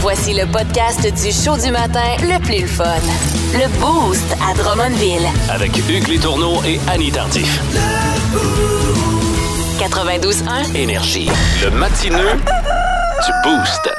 Voici le podcast du show du matin le plus le fun. Le Boost à Drummondville. Avec Hugues Létourneau et Annie Tardif. 92.1. Énergie. Le matineux du Boost.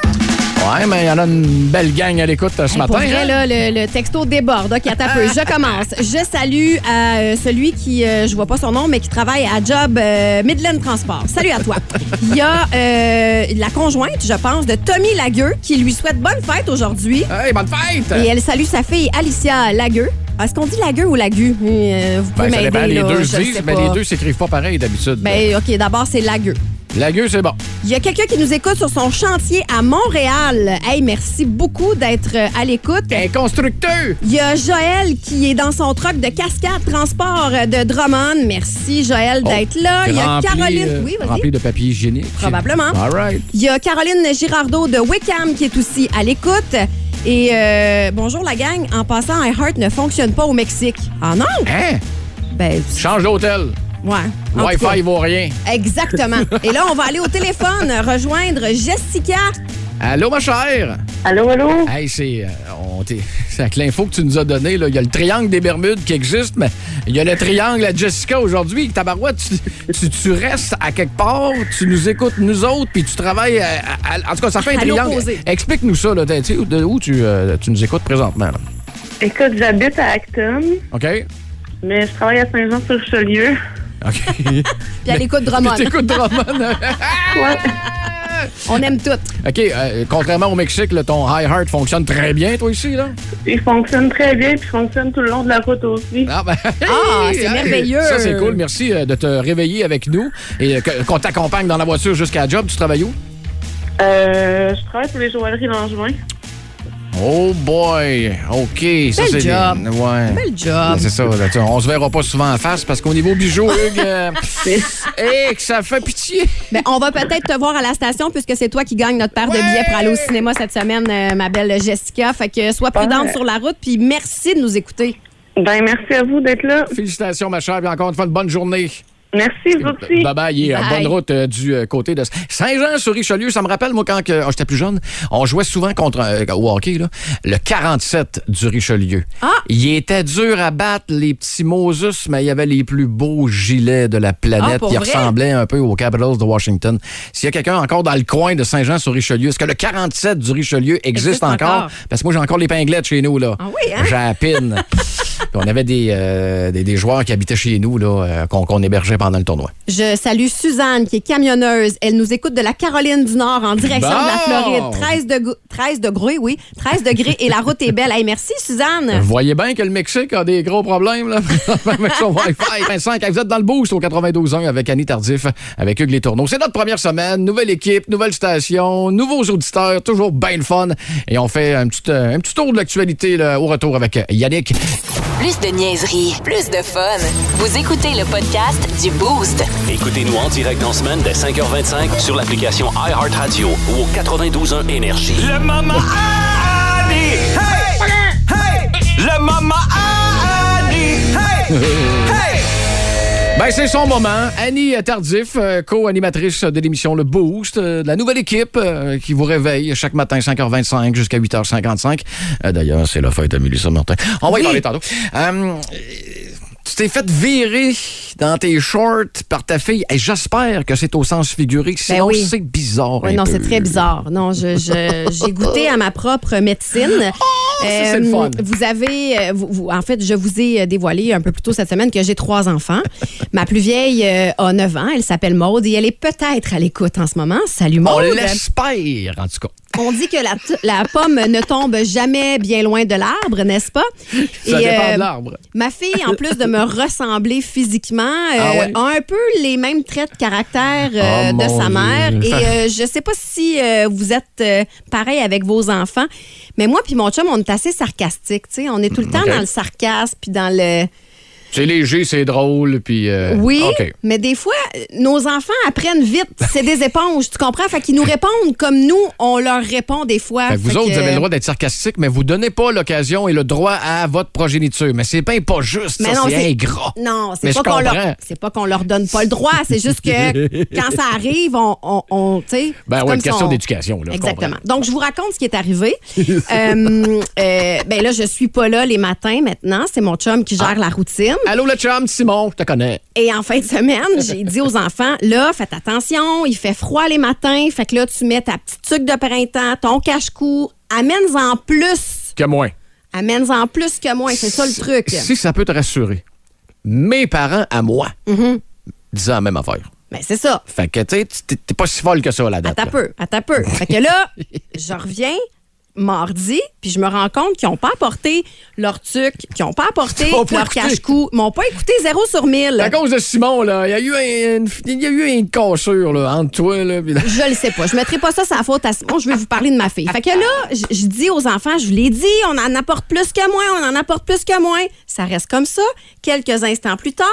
Ouais, mais il y en a une belle gang à l'écoute euh, ce Hey, matin. Pour vrai, hein? là, le, le texto déborde. OK, attends un peu. Je commence. Je salue à euh, celui qui, euh, je vois pas son nom, mais qui travaille à Job euh, Midland Transport. Salut à toi. Il y a euh, la conjointe, je pense, de Tommy Lagueux qui lui souhaite bonne fête aujourd'hui. Hey, bonne fête! Et elle salue sa fille Alicia Lagueux. Ah, Est-ce qu'on dit Lagueux ou Lagueux? Euh, vous pouvez Ben, ça m'aider. dépend, les là, deux je se le disent, sais mais pas. les deux s'écrivent pas pareil d'habitude. Ben, OK, d'abord, c'est Lagueux. La gueule, c'est bon. Il y a quelqu'un qui nous écoute sur son chantier à Montréal. Hey, merci beaucoup d'être euh, à l'écoute. Un constructeur! Il y a Joël qui est dans son truck de cascade transport de Drummond. Merci Joël d'être là. Ah, Il y a Oh, Rempli, Caroline, euh, oui, vas-y. rempli de papier hygiénique. Probablement. All right. Il y a Caroline Girardeau de Wickham qui est aussi à l'écoute. Et euh, bonjour la gang. En passant, iHeart ne fonctionne pas au Mexique. Ah non? Hein? Ben, Change d'hôtel. ouais. En tout cas, Wi-Fi vaut rien. Exactement. Et là, on va aller au téléphone rejoindre Jessica. Allô, ma chère? Allô, allô? Hey, c'est. euh, on t'est- c'est avec l'info que tu nous as donnée, là. Il y a le triangle des Bermudes qui existe, mais il y a le triangle à Jessica aujourd'hui. Tabarouette, tu, tu, tu restes à quelque part, tu nous écoutes, nous autres, puis tu travailles. à- à- en tout cas, ça fait un À triangle. l'opposé. Explique-nous ça, là. T'es- tu sais, de où tu, euh, tu nous écoutes présentement, là. Écoute, j'habite à Acton, OK? mais je travaille à Saint-Jean-sur-Richelieu. OK. Puis elle écoute Tu Drummond. t'écoutes Drummond. Ouais. On aime tout. OK, euh, contrairement au Mexique, là, ton high heart fonctionne très bien, toi, ici, là? Il fonctionne très bien, puis il fonctionne tout le long de la route aussi. Ah, ben, Ah, c'est merveilleux. Ça, c'est cool. Merci euh, de te réveiller avec nous et euh, que- qu'on t'accompagne dans la voiture jusqu'à la job. Tu travailles où? Euh, je travaille pour les joailleries Langevin. Oh boy! OK. Ça, Bel c'est des- job. Ouais. Bel job. C'est ça, là, tu- on se verra pas souvent en face parce qu'au niveau bijoux, Hugues, euh, eh, que ça fait pitié. Ben, on va peut-être te voir à la station puisque c'est toi qui gagne notre paire de Ouais! billets pour aller au cinéma cette semaine, euh, ma belle Jessica. Fait que sois prudente Ouais. sur la route puis merci de nous écouter. Ben, merci à vous d'être là. Félicitations, ma chère, puis encore une fois, une bonne journée. Merci, vous aussi. Bye bye, et, euh, Bye. bonne route euh, du euh, côté de Saint-Jean-sur-Richelieu. Ça me rappelle, moi, quand que- ah, j'étais plus jeune, on jouait souvent contre euh, au hockey, là, le 47 du Richelieu. Ah! Il était dur à battre, les petits Moses, mais il y avait les plus beaux gilets de la Ah, planète. pour il vrai? ressemblait un peu aux Capitals de Washington. S'il y a quelqu'un encore dans le coin de Saint-Jean-sur-Richelieu, est-ce que le 47 du Richelieu existe, Existe encore? encore? Parce que moi, j'ai encore les pinglettes chez nous, là. Ah oui, hein? J'ai la pine. Puis on avait des, euh, des, des joueurs qui habitaient chez nous, là, euh, qu'on qu'on hébergeait pendant le tournoi. Je salue Suzanne qui est camionneuse. Elle nous écoute de la Caroline du Nord en direction de la Bon! Floride. 13 degrés, 13 degrés, oui. 13 degrés et la route est belle. Hey, merci Suzanne. Vous voyez bien que le Mexique a des gros problèmes là, avec son Wi-Fi. Vincent, quand vous êtes dans le boost au 92.1 avec Annie Tardif, avec Hugues Les Tourneaux. C'est notre première semaine, nouvelle équipe, nouvelle station, nouveaux auditeurs, toujours bien le fun. Et on fait un petit, euh, un petit tour de l'actualité là, au retour avec euh, Yannick. Plus de niaiserie, plus de fun. Vous écoutez le podcast du Boost. Écoutez-nous en direct en semaine dès 5h25 sur l'application iHeartRadio ou au 92.1 Énergie. Le maman a dit hey hey le maman a dit hey hey Ben, c'est son moment. Annie Tardif, euh, co-animatrice de l'émission Le Boost, euh, de la nouvelle équipe euh, qui vous réveille chaque matin 5h25 jusqu'à 8h55. Euh, D'ailleurs, c'est la fête à Mélissa Martin. On va y parler tantôt. Euh, tu t'es fait virer dans tes shorts par ta fille. Et J'espère que c'est au sens figuré, sinon Ben oui. c'est bizarre. Oui, un non, peu. c'est très bizarre. Non, je- je- j'ai goûté à ma propre médecine. Oh, Euh, ça, c'est le fun. Vous avez, euh, vous- vous- en fait, je vous ai euh, dévoilé un peu plus tôt cette semaine que j'ai trois enfants. ma plus vieille euh, a 9 ans, elle s'appelle Maude et elle est peut-être à l'écoute en ce moment. Salut On Maude. l'espère, en tout cas. On dit que la, t- la pomme ne tombe jamais bien loin de l'arbre, n'est-ce pas? Ça Et, dépend euh, de l'arbre. Ma fille, en plus de me ressembler physiquement, euh, Ah ouais? a un peu les mêmes traits de caractère euh, Oh, de mon sa mère. Dieu. Et euh, je sais pas si euh, vous êtes euh, pareil avec vos enfants, mais moi puis mon chum, on est assez sarcastique. tu sais. On est tout le temps ok. dans le sarcasme puis dans le C'est léger, c'est drôle, puis. euh, Oui, OK. mais des fois, euh, nos enfants apprennent vite. C'est des éponges, tu comprends? Fait qu'ils nous répondent comme nous, on leur répond des fois. Fait que vous Ah, Fait autres, que- vous avez le droit d'être sarcastique, mais vous donnez pas l'occasion et le droit à votre progéniture. Mais c'est bien pas juste, Mais ça, non, c'est ingrat. Non, Mais c'est pas je qu'on leur, comprends. c'est pas qu'on leur donne pas le droit, c'est juste que quand ça arrive, on, on, on- tu sais, Ben c'est ouais, comme une si question on- d'éducation, là, je Exactement. Donc je vous raconte ce qui est arrivé. euh, euh, ben là, je suis pas là les matins maintenant, c'est mon chum qui Ah. gère la routine. Allô, le chum, Simon, je te connais. Et en fin de semaine, j'ai dit aux enfants, là, faites attention, il fait froid les matins, fait que là, tu mets ta petite tuque de printemps, ton cache-cou, amène-en plus, Que moins. amène-en plus que moi, c'est ça le truc. Si ça peut te rassurer, mes parents à moi Mm-hmm. disaient la même affaire. Mais Ben, c'est ça. Fait que, tu sais, t'es t'es pas si folle que ça, la date. là. Attends peu, attends peu. Fait que là, je reviens mardi, puis je me rends compte qu'ils n'ont pas apporté leur tuc, qu'ils n'ont pas apporté Ils m'ont pas leur écouté. cache-cou, ils m'ont pas écouté zéro sur À mille. cause de Simon, là, il y a eu un- une, il y a eu une cassure, là, entre toi, là, pis là. Je le sais pas. Je mettrai pas ça sa faute à Simon. Je vais vous parler de ma fille. Fait que là, je- je dis aux enfants, je vous l'ai dit, on en apporte plus que moins, on en apporte plus que moins. Ça reste comme ça. Quelques instants plus tard,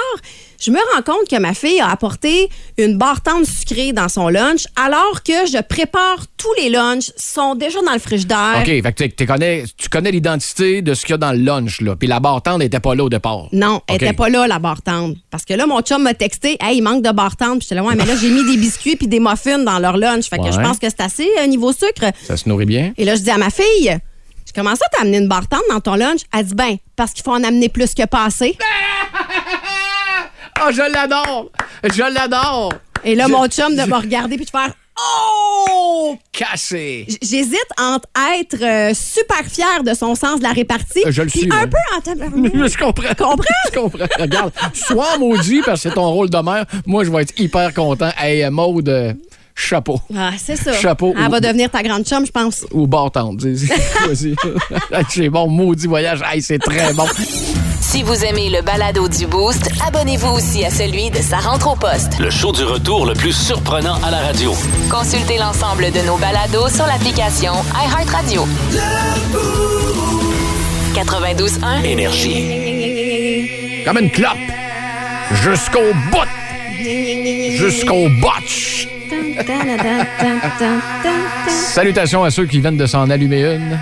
je me rends compte que ma fille a apporté une barre tendre sucrée dans son lunch, alors que je prépare tous les lunchs, sont déjà dans le frigidaire. OK, fait que t'es- t'es connais, tu connais l'identité de ce qu'il y a dans le lunch, là. Puis la barre tendre n'était pas là au départ. Non, elle OK. était pas là, la barre tendre. Parce que là, mon chum m'a texté, hey, il manque de barre tendre. Puis j'étais là, ouais, mais là, j'ai mis des biscuits puis des muffins dans leur lunch. Fait que Ouais. je pense que c'est assez euh, niveau sucre. Ça se nourrit bien. Et là, je dis à ma fille, je commence à t'amener une barre tendre dans ton lunch. Elle dit, ben, parce qu'il faut en amener plus que pas assez. Ah, je l'adore! Je l'adore! Et là, mon chum de me regarder puis de faire, oh! Cassé! J- J'hésite entre être euh, super fière de son sens de la répartie. Euh, je le puis suis, un ouais. peu en tabarnak. Je comprends. Comprends? Je comprends. Regarde, sois maudit parce que c'est ton rôle de mère. Moi, je vais être hyper content. Hey, mode chapeau. Ah, c'est ça. Chapeau. Elle va devenir ta grande chum, je pense. Ou barre tendre. dis- Vas-y. c'est bon, maudit voyage. Hey, c'est très bon. Si vous aimez le balado du Boost, abonnez-vous aussi à celui de Sa rentre au poste. Le show du retour le plus surprenant à la radio. Consultez l'ensemble de nos balados sur l'application iHeartRadio. 92.1. Énergie. Comme une clope. Jusqu'au bout. Jusqu'au botch. Salutations à ceux qui viennent de s'en allumer une.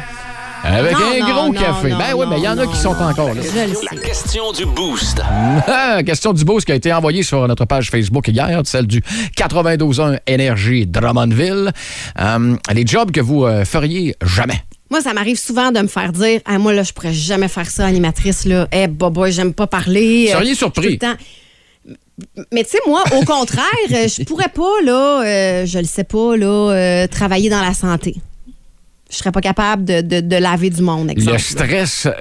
Avec Non, un non, gros non, café. non, ben oui, non, mais il y en a non, qui sont non. encore là. Je le sais. La question du boost. Ah, question du beau, ce qui a été envoyé sur notre page Facebook hier, celle du 92.1 Énergie Drummondville. Euh, les jobs que vous euh, feriez jamais. Moi, ça m'arrive souvent de me faire dire Ah, moi, là, je pourrais jamais faire ça, animatrice, là. Eh, boboy, j'aime pas parler. Vous seriez Euh, surpris. tout le temps. Mais tu sais, moi, au contraire, euh, je pourrais pas, là, euh, je le sais pas, là, euh, travailler dans la santé. Je serais pas capable de, de- de laver du monde, exemple. Le stress, euh,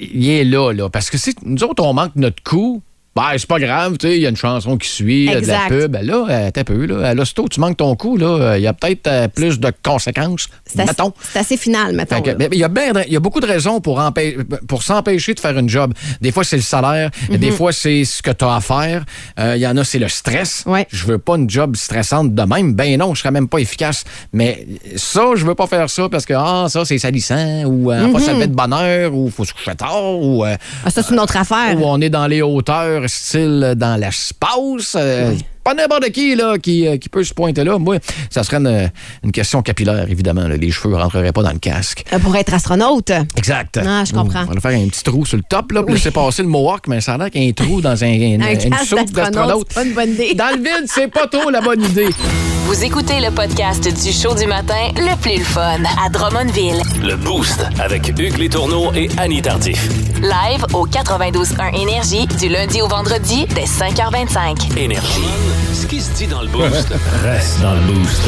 il est là, là. Parce que si nous autres, on manque notre coup, ben, c'est pas grave, tu sais, il y a une chanson qui suit, il y a de la Exact. pub. Ben là, euh, t'as peu, là. À l'hosto, tu manques ton coup, là. euh, Il y a peut-être euh, plus de conséquences. C'est assez, Mettons. c'est assez final, mettons. Fait que, là. mais- mais il y a bien de- il y a beaucoup de raisons pour, empê- pour s'empêcher de faire une job. Des fois, c'est le salaire. Mhm. Des fois, c'est ce que tu as à faire. Euh, Il y en a, c'est le stress. Ouais. Je veux pas une job stressante de même. Ben non, je serais même pas efficace. Mais ça, je veux pas faire ça parce que ah, ça, c'est salissant ou euh, Mhm. pas ça met de bonheur ou faut se coucher tard ou euh, Ah, ça, c'est une autre affaire. où on est dans les hauteurs, style dans l'espace. Euh, Pas n'importe qui là, qui, euh, qui peut se pointer là. Moi, ça serait une, une question capillaire, évidemment. là. Les cheveux rentreraient pas dans le casque. Euh, Pour être astronaute. Exact. Ah, je comprends. On va le faire un petit trou sur le top, là, puis laisser passer le Mohawk, mais ça a l'air qu'il y a un trou dans un, une- Un une casque soupe d'astronaute, d'astronaute. c'est pas une bonne idée. Dans le vide, c'est pas trop la bonne idée. Vous écoutez le podcast du show du matin le plus le fun à Drummondville. Le boost avec Hugues Létourneau et Annie Tardif. Live au 92.1 Énergie du lundi au vendredi dès 5h25. Énergie. Ce qui se dit dans le boost reste dans le boost.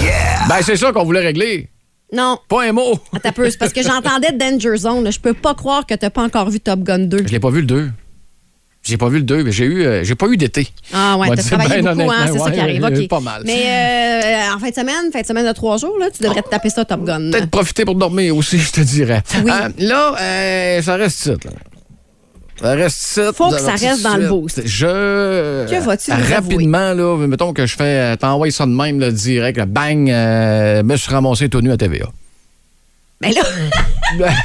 Ben, c'est ça qu'on voulait régler. Non. Pas un mot. Attends un peu, c'est parce que j'entendais Danger Zone. là. Je peux pas croire que t'as pas encore vu Top Gun 2. Je l'ai pas vu le 2. J'ai pas vu le 2, mais j'ai eu, euh, j'ai pas eu d'été. Ah ouais, On va t'as dire travaillé ben beaucoup, hein, honnêtement, c'est ça qui ouais, arrive. euh, ok. Pas mal. Mais euh, en fin de semaine, fin de semaine de trois jours, là, tu devrais te taper ça Top Gun. Peut-être profiter pour dormir aussi, je te dirais. Oui. Euh, là, euh, ça reste ça. Ça reste ça. Faut que ça reste dans le boost. Je. Que vas-tu nous Rapidement, là, mettons que je fais. euh, T'envoies ça de même, là, direct, là, bang, euh, me suis ramassé tout nu à TVA. Mais là, Ben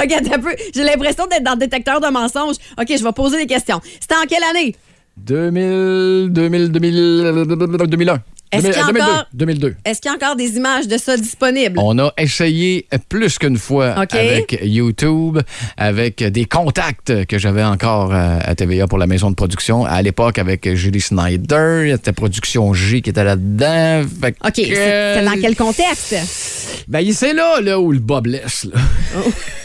OK, attends un peu. J'ai l'impression d'être dans le détecteur de mensonges. OK, je vais poser des questions. C'était en quelle année? 2000, 2000, 2000, 2001. Est-ce 2000, qu'il y a 2002, encore- 2002. Est-ce qu'il y a encore des images de ça disponibles? On a essayé plus qu'une fois OK. avec YouTube, avec des contacts que j'avais encore euh, à à TVA pour la maison de production. À l'époque, avec Julie Snyder, il y était Production J qui était là-dedans. Fait OK, que- c'est c'est dans quel contexte? Ben, il- c'est là, là où le bob laisse. là.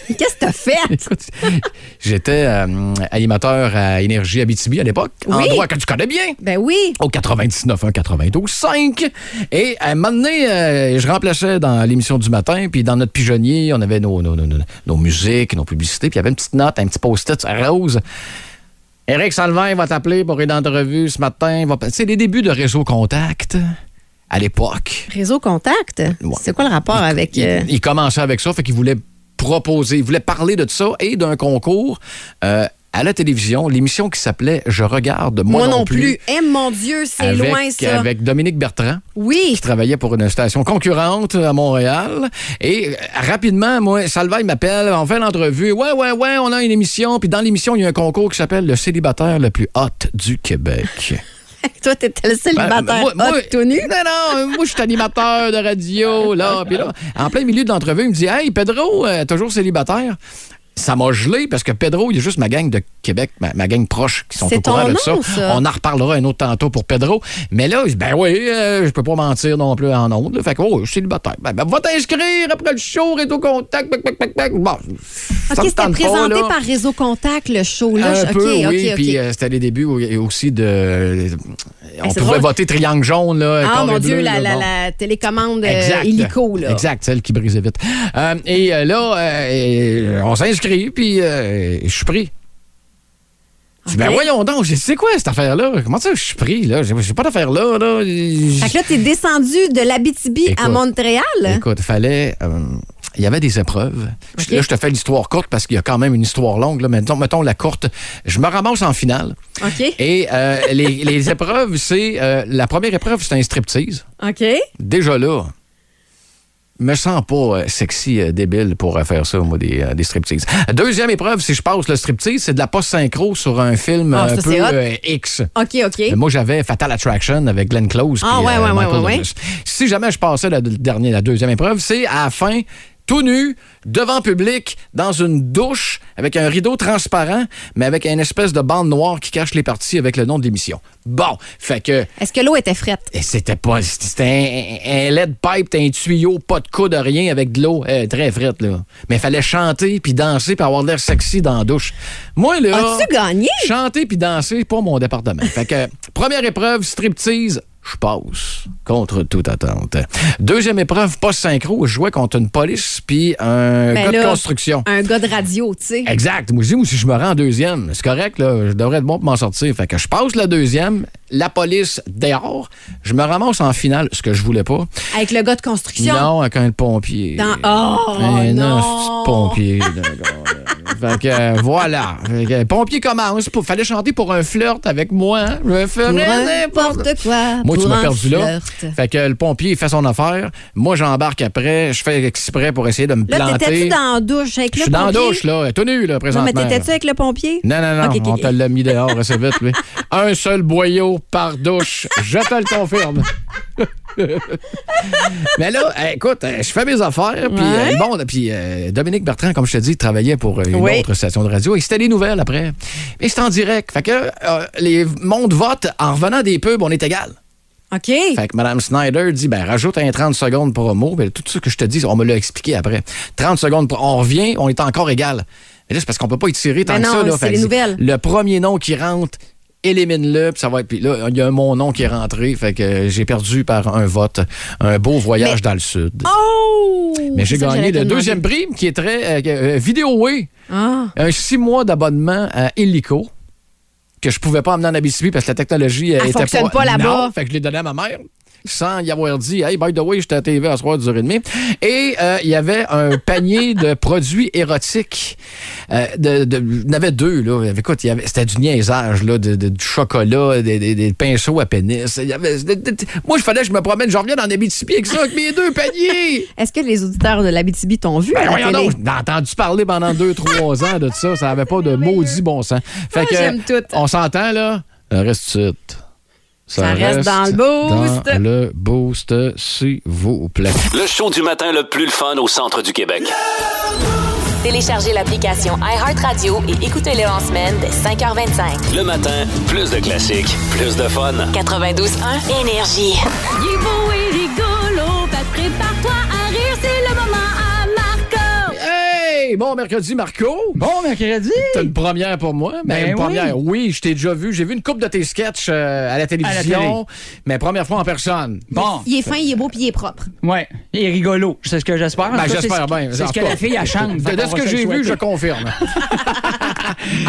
Qu'est-ce que t'as fait? Écoute, J'étais euh, animateur à Énergie Abitibi à l'époque, Oui. endroit que tu connais bien. Ben oui. au 99 1 92 5 et à un moment donné euh, je remplaçais dans l'émission du matin puis dans notre pigeonnier on avait nos, nos, nos, nos, nos musiques nos publicités puis il y avait une petite note un petit post-it rose Eric Salvin il va t'appeler pour une entrevue ce matin Il va... c'est les débuts de Réseau Contact à l'époque Réseau Contact? C'est quoi le rapport avec... il, euh, il commençait avec ça, fait qu'il voulait proposer, il voulait parler de ça et d'un concours euh, à la télévision, l'émission qui s'appelait Je regarde moi, Moi non plus. Eh mon Dieu, c'est avec, loin ça. avec Dominique Bertrand Oui. qui travaillait pour une station concurrente à Montréal. Et euh, rapidement, moi, Salva, il m'appelle, on fait l'entrevue. Ouais, ouais, ouais, on a une émission. Puis dans l'émission, il y a un concours qui s'appelle Le célibataire le plus hot du Québec. Toi, t'étais le Ben, célibataire moi- hot, moi- tout nu. Non, non, euh, moi, je suis animateur de radio, là. Puis là, en plein milieu de l'entrevue, il me dit Hey, Pedro, euh, toujours célibataire. Ça m'a gelé parce que Pedro, il est juste ma gang de Québec, ma, ma gang proche qui sont C'est au courant ton de nom, ça. ça. On en reparlera un autre tantôt pour Pedro. Mais là, il dit, ben oui, euh, je peux pas mentir non plus en ondes. là. Fait que, oh, je suis célibataire. Ben, ben, va t'inscrire après le show, réseau contact. Bac, bac, bac, bac. Bon, ça OK, me tente c'était pas, présenté là. par Réseau Contact, le show. Là. Un Je- peu, OK, oui. OK, Puis OK. euh, c'était les débuts où il y a aussi de. on Eh, c'est pouvait drôle. voter triangle jaune, là. ah, carré mon Dieu, bleu, là, la, la, bon. la télécommande euh, Exact. illico, là. Exact, celle qui brisait vite. Euh, et euh, là, euh, et, euh, on s'inscrit, puis euh, je suis pris. Je dis, Ben Ok. voyons donc, j'ai dit, c'est quoi cette affaire-là? Comment ça, je suis pris, là? J'ai j'ai pas d'affaire là, là. Fait que là, t'es descendu de l'Abitibi à Écoute. Montréal. Écoute, fallait. euh, il y avait des épreuves. Je- Ok. Là, je te fais l'histoire courte parce qu'il y a quand même une histoire longue. Là. Mais mettons, mettons la courte. Je me ramasse en finale. OK. Et euh, les, les épreuves, c'est. euh, la première épreuve, c'est un striptease. OK. Déjà là, me sens pas euh, sexy, euh, débile pour euh, faire ça, moi, des, euh, des striptease. Deuxième épreuve, si je passe le striptease, c'est de la post-synchro sur un film Ah, un ça, peu c'est hot. euh, X. OK, OK. Mais Moi, j'avais Fatal Attraction avec Glenn Close. Ah, puis, euh, ouais, ouais, Michael ouais, ouais, Douglas. Si jamais je passais la, dernière, la deuxième épreuve, c'est à la fin, tout nu, devant public, dans une douche, avec un rideau transparent, mais avec une espèce de bande noire qui cache les parties avec le nom de l'émission. Bon, fait que Est-ce que l'eau était frette? et c'était pas. C'était un, un LED pipe, t'as un tuyau, pas de coude, rien, avec de l'eau. euh, très frette, là. Mais fallait chanter puis danser puis avoir de l'air sexy dans la douche. Moi, là. As-tu gagné? Chanter puis danser, pas mon département. fait que, première épreuve, striptease. Je passe contre toute attente. Deuxième épreuve, pas synchro. Je jouais contre une police puis un Ben gars de là, construction. Un gars de radio, tu sais. Exact. Moi, je dis, moi, si je me rends en deuxième, c'est correct, là, je devrais être bon pour m'en sortir. Fait que je passe la deuxième, la police dehors, je me ramasse en finale, ce que je voulais pas. Avec le gars de construction. Non, avec un pompier. Dans- Oh, Eh non. c'est du pompier. là, gars, là. fait que euh, voilà. Fait que, pompier commence. Pour, fallait chanter pour un flirt avec moi. hein. Je Pour ferais un n'importe n'importe quoi. moi, tu pour m'as un perdu là. flirt. Fait que le pompier, il fait son affaire. Moi, j'embarque après. Je fais exprès pour essayer de me Là, planter. t'étais-tu dans la douche avec Je le suis pompier? dans la douche, là, tout nu, là, Non, présentement. mais t'étais-tu avec le pompier? Non, non, non, Ok, ok, on ok. te l'a mis dehors assez vite, lui. Un seul boyau par douche, je te le confirme. Mais là, eh, écoute, eh, je fais mes affaires, puis Ouais. euh, bon, puis euh, Dominique Bertrand, comme je te dis, travaillait pour euh, une Oui. autre station de radio, et c'était les nouvelles après. Mais c'était en direct, fait que euh, les mondes votent en revenant des pubs, on est égal. OK. Fait que Mme Snyder dit, ben, rajoute un 30 secondes promo. Ben, tout ce que je te dis, on me l'a expliqué après. 30 secondes, pro- on revient, on est encore égal. Mais là, c'est parce qu'on peut pas étirer tant Ben que non, ça. là. c'est Fait que les dis, nouvelles. Le premier nom qui rentre, élimine-le, puis ça va être. Puis là, il y a mon nom qui est rentré, fait que euh, j'ai perdu par un vote. Un beau voyage Mais- dans le Sud. Oh! Mais j'ai C'est ça que gagné j'allais te le demander. deuxième prix, qui est très. euh, euh, Vidéoway. Ah. Un six mois d'abonnement à Illico que je pouvais pas amener en Abitibi parce que la technologie euh, Elle était fonctionne pas, pas là-bas. Non, fait que je l'ai donné à ma mère sans y avoir dit Hey, by the way, j'étais à TV à soir 10h30. Et euh, il y avait un panier de produits érotiques. Euh, de, de- il y en avait deux, là. Écoute, il y avait- c'était du niaisage, là, de, de- du chocolat, des, des- des pinceaux à pénis. Il y avait- de- de- de- moi, je fallait que je me promène, je reviens dans des pieds avec ça, avec mes deux paniers. Est-ce que les auditeurs de l'Abitibi t'ont vu à Ben la voyons télé? donc, j'ai entendu parler pendant deux, trois ans de ça. Ça n'avait pas de maudit bon sens. Fait Ah, j'aime tout. On s'entend, là? Ça reste tout. Ça reste dans le boost. Dans le boost, s'il vous plaît. Le show du matin le plus le fun au centre du Québec. Téléchargez l'application iHeartRadio et écoutez-le en semaine dès 5h25. Le matin, plus de classiques, plus de fun. 92.1 Énergie. Il est beau et rigolo, fait que prépare-toi à rire, c'est le moment à Marco. Hey! Bon mercredi, Marco! Bon mercredi! T'as une première pour moi. Ben Mais une oui. première, oui, je t'ai déjà vu. J'ai vu une coupe de tes sketchs euh, à la télévision, mais première fois en personne. Bon, Il est fin, il est beau, puis il est propre. ouais, il est rigolo. C'est ce que j'espère. En Ben, tout cas, j'espère c'est ce- bien. C'est En ce que tout cas, la fille, elle chante. De, Fait de qu'on ce va que se le j'ai vu, souhaiter. je confirme.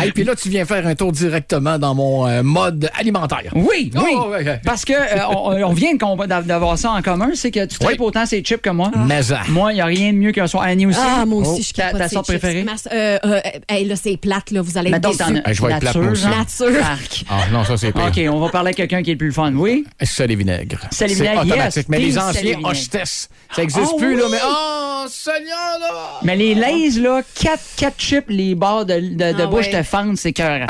Et puis là, tu viens faire un tour directement dans mon euh, mode alimentaire. Oui, Oh, oui. ouais, ouais. Parce que euh, on, on vient de comp- d'a- d'avoir ça en commun, c'est que tu tripes Oui. autant ces chips que moi. Mais ça. Moi, il n'y a rien de mieux qu'un soir Annie aussi. Ah, moi aussi, Oh. je suis Ta- ta sorte préférée? Euh, euh, hey, là, c'est plate, là. Vous allez être Mettons que déçus. t'en as- Hey, je vais être plate, moi aussi. hein? Nature. Arc. Ah non, ça c'est pire. OK, on va parler à quelqu'un qui est le plus fun. Oui? Sel et vinaigre. Sel et vinaigre, C'est automatique. yes. Mais les Ah Team sel et anciens vinaigre. hostess, ça n'existe Oh, plus, là. oui. Mais oh, Seigneur, là! Mais les Lays, là, 4, quatre chips, les barres de, de, de Ah bouche ouais. te fendent, c'est cœur.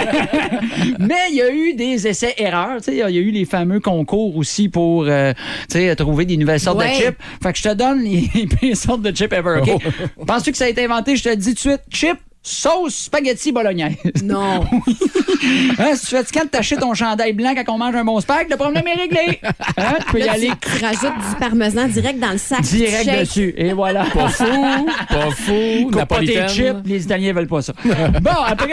Mais il y a eu des essais-erreurs. tu sais, Il y a eu les fameux concours aussi pour euh, tu sais, trouver des nouvelles sortes Ouais. de chips. Fait que je te donne les, les pires sortes de chips ever. OK? Oh. Penses-tu que ça a été inventé? Je te le dis tout de suite. Chips, sauce, spaghetti bolognaise. Non. Hein, si tu fais quand de t'acheter ton chandail blanc quand on mange un bon spag, le problème est réglé. Hein, tu peux y Là, aller tu rajoutes du parmesan direct dans le sac. direct Tu shakes. dessus. Et voilà. Pas fou, pas fou, Coupe pas tes napolitaine. chips, les Italiens veulent pas ça. bon, après.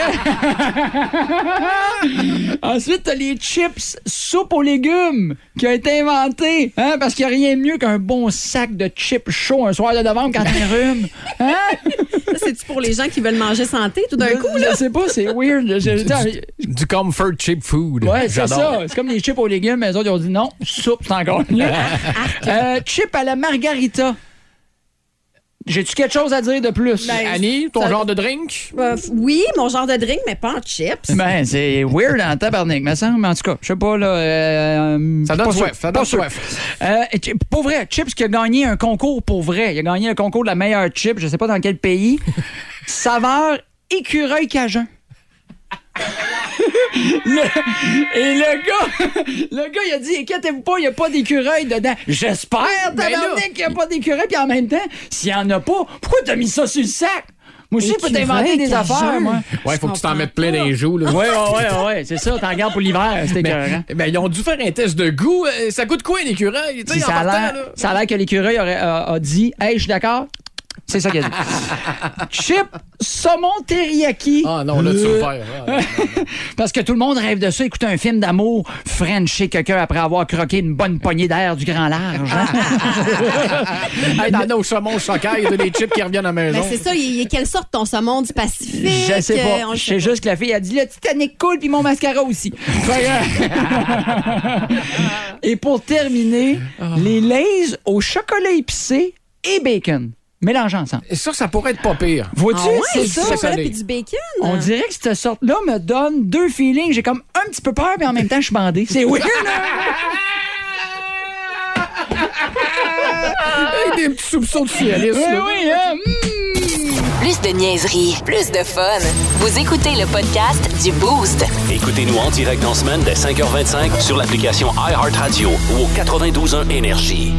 Ensuite, t'as les chips soupe aux légumes qui a été inventé. Hein, parce qu'il n'y a rien de mieux qu'un bon sac de chips chauds un soir de novembre quand t'es rhume. Hein? Ça, C'est-tu pour les gens qui veulent manger santé tout d'un coup? je, je sais pas, c'est weird. Je- je- je- Du comfort cheap food. Ouais, c'est J'adore. ça. C'est comme les chips aux légumes, mais les autres, ils ont dit non, soupe, c'est encore mieux. euh, chips à la margarita. J'ai-tu quelque chose à dire de plus? Annie, ton Ça- genre de drink? Euh, oui, mon genre de drink, mais pas en chips. Ben, c'est weird en tabarnak, me semble. En tout cas, je sais pas, là. euh, Ça pas donne sûr, soif, ça pas donne sûr. soif. Euh, et chi- pour vrai, Chips qui a gagné un concours pour vrai. Il a gagné un concours de la meilleure chip, je sais pas dans quel pays. Saveur écureuil cajun. Le- et le gars, le gars, il a dit, inquiétez-vous pas, il n'y a pas d'écureuil dedans. J'espère, Ben là. tabarnak, qu'il n'y a pas d'écureuil. Puis en même temps, s'il n'y en a pas, pourquoi t'as mis ça sur le sac? Moi aussi, je peux Écureuil t'inventer des cajun. affaires, moi. Ouais, faut que tu t'en mettes plein dans les joues, là. Ouais, ouais, ouais, ouais, c'est ça, t'en gardes pour l'hiver, c'était écœurant. Mais, mais ils ont dû faire un test de goût. Euh, Ça coûte quoi, un écureuil? Tu sais, Puis en ça, a partant, l'air, là. ça a l'air que l'écureuil aurait, a, a dit Hey, je suis d'accord. C'est ça qu'il a dit. Chip saumon teriyaki. Ah non, là, tu Euh, le perds. Ah, non. Parce que tout le monde rêve de ça, écouter un film d'amour, frencher quelqu'un après avoir croqué une bonne poignée d'air du grand large. hein? Ah, Hey, T'en as au saumon, au chocaille, de les chips qui reviennent à la maison. Ben, c'est ça, il il est quelle sorte ton saumon du Pacifique? Je sais Euh, pas. on le Je sait sais juste que la fille a dit le Titanic coule puis mon mascara aussi. Ah. Fait que- et pour terminer, les lays au chocolat épicé et bacon. Mélange ensemble. Et ça, ça pourrait être pas pire. Vois-tu, Ah ouais, c'est du ça. chocolat salé. puis du bacon. On dirait que cette sorte-là me donne deux feelings. J'ai comme un petit peu peur, mais en même temps, je suis bandé. C'est weird, hein? Hey, des petits soupçons de cialisme. Oui, là. oui, hein? Mm. Plus de niaiserie, plus de fun. Vous écoutez le podcast du Boost. Écoutez-nous en direct en semaine dès 5h25 sur l'application iHeartRadio ou au 92.1 Énergie.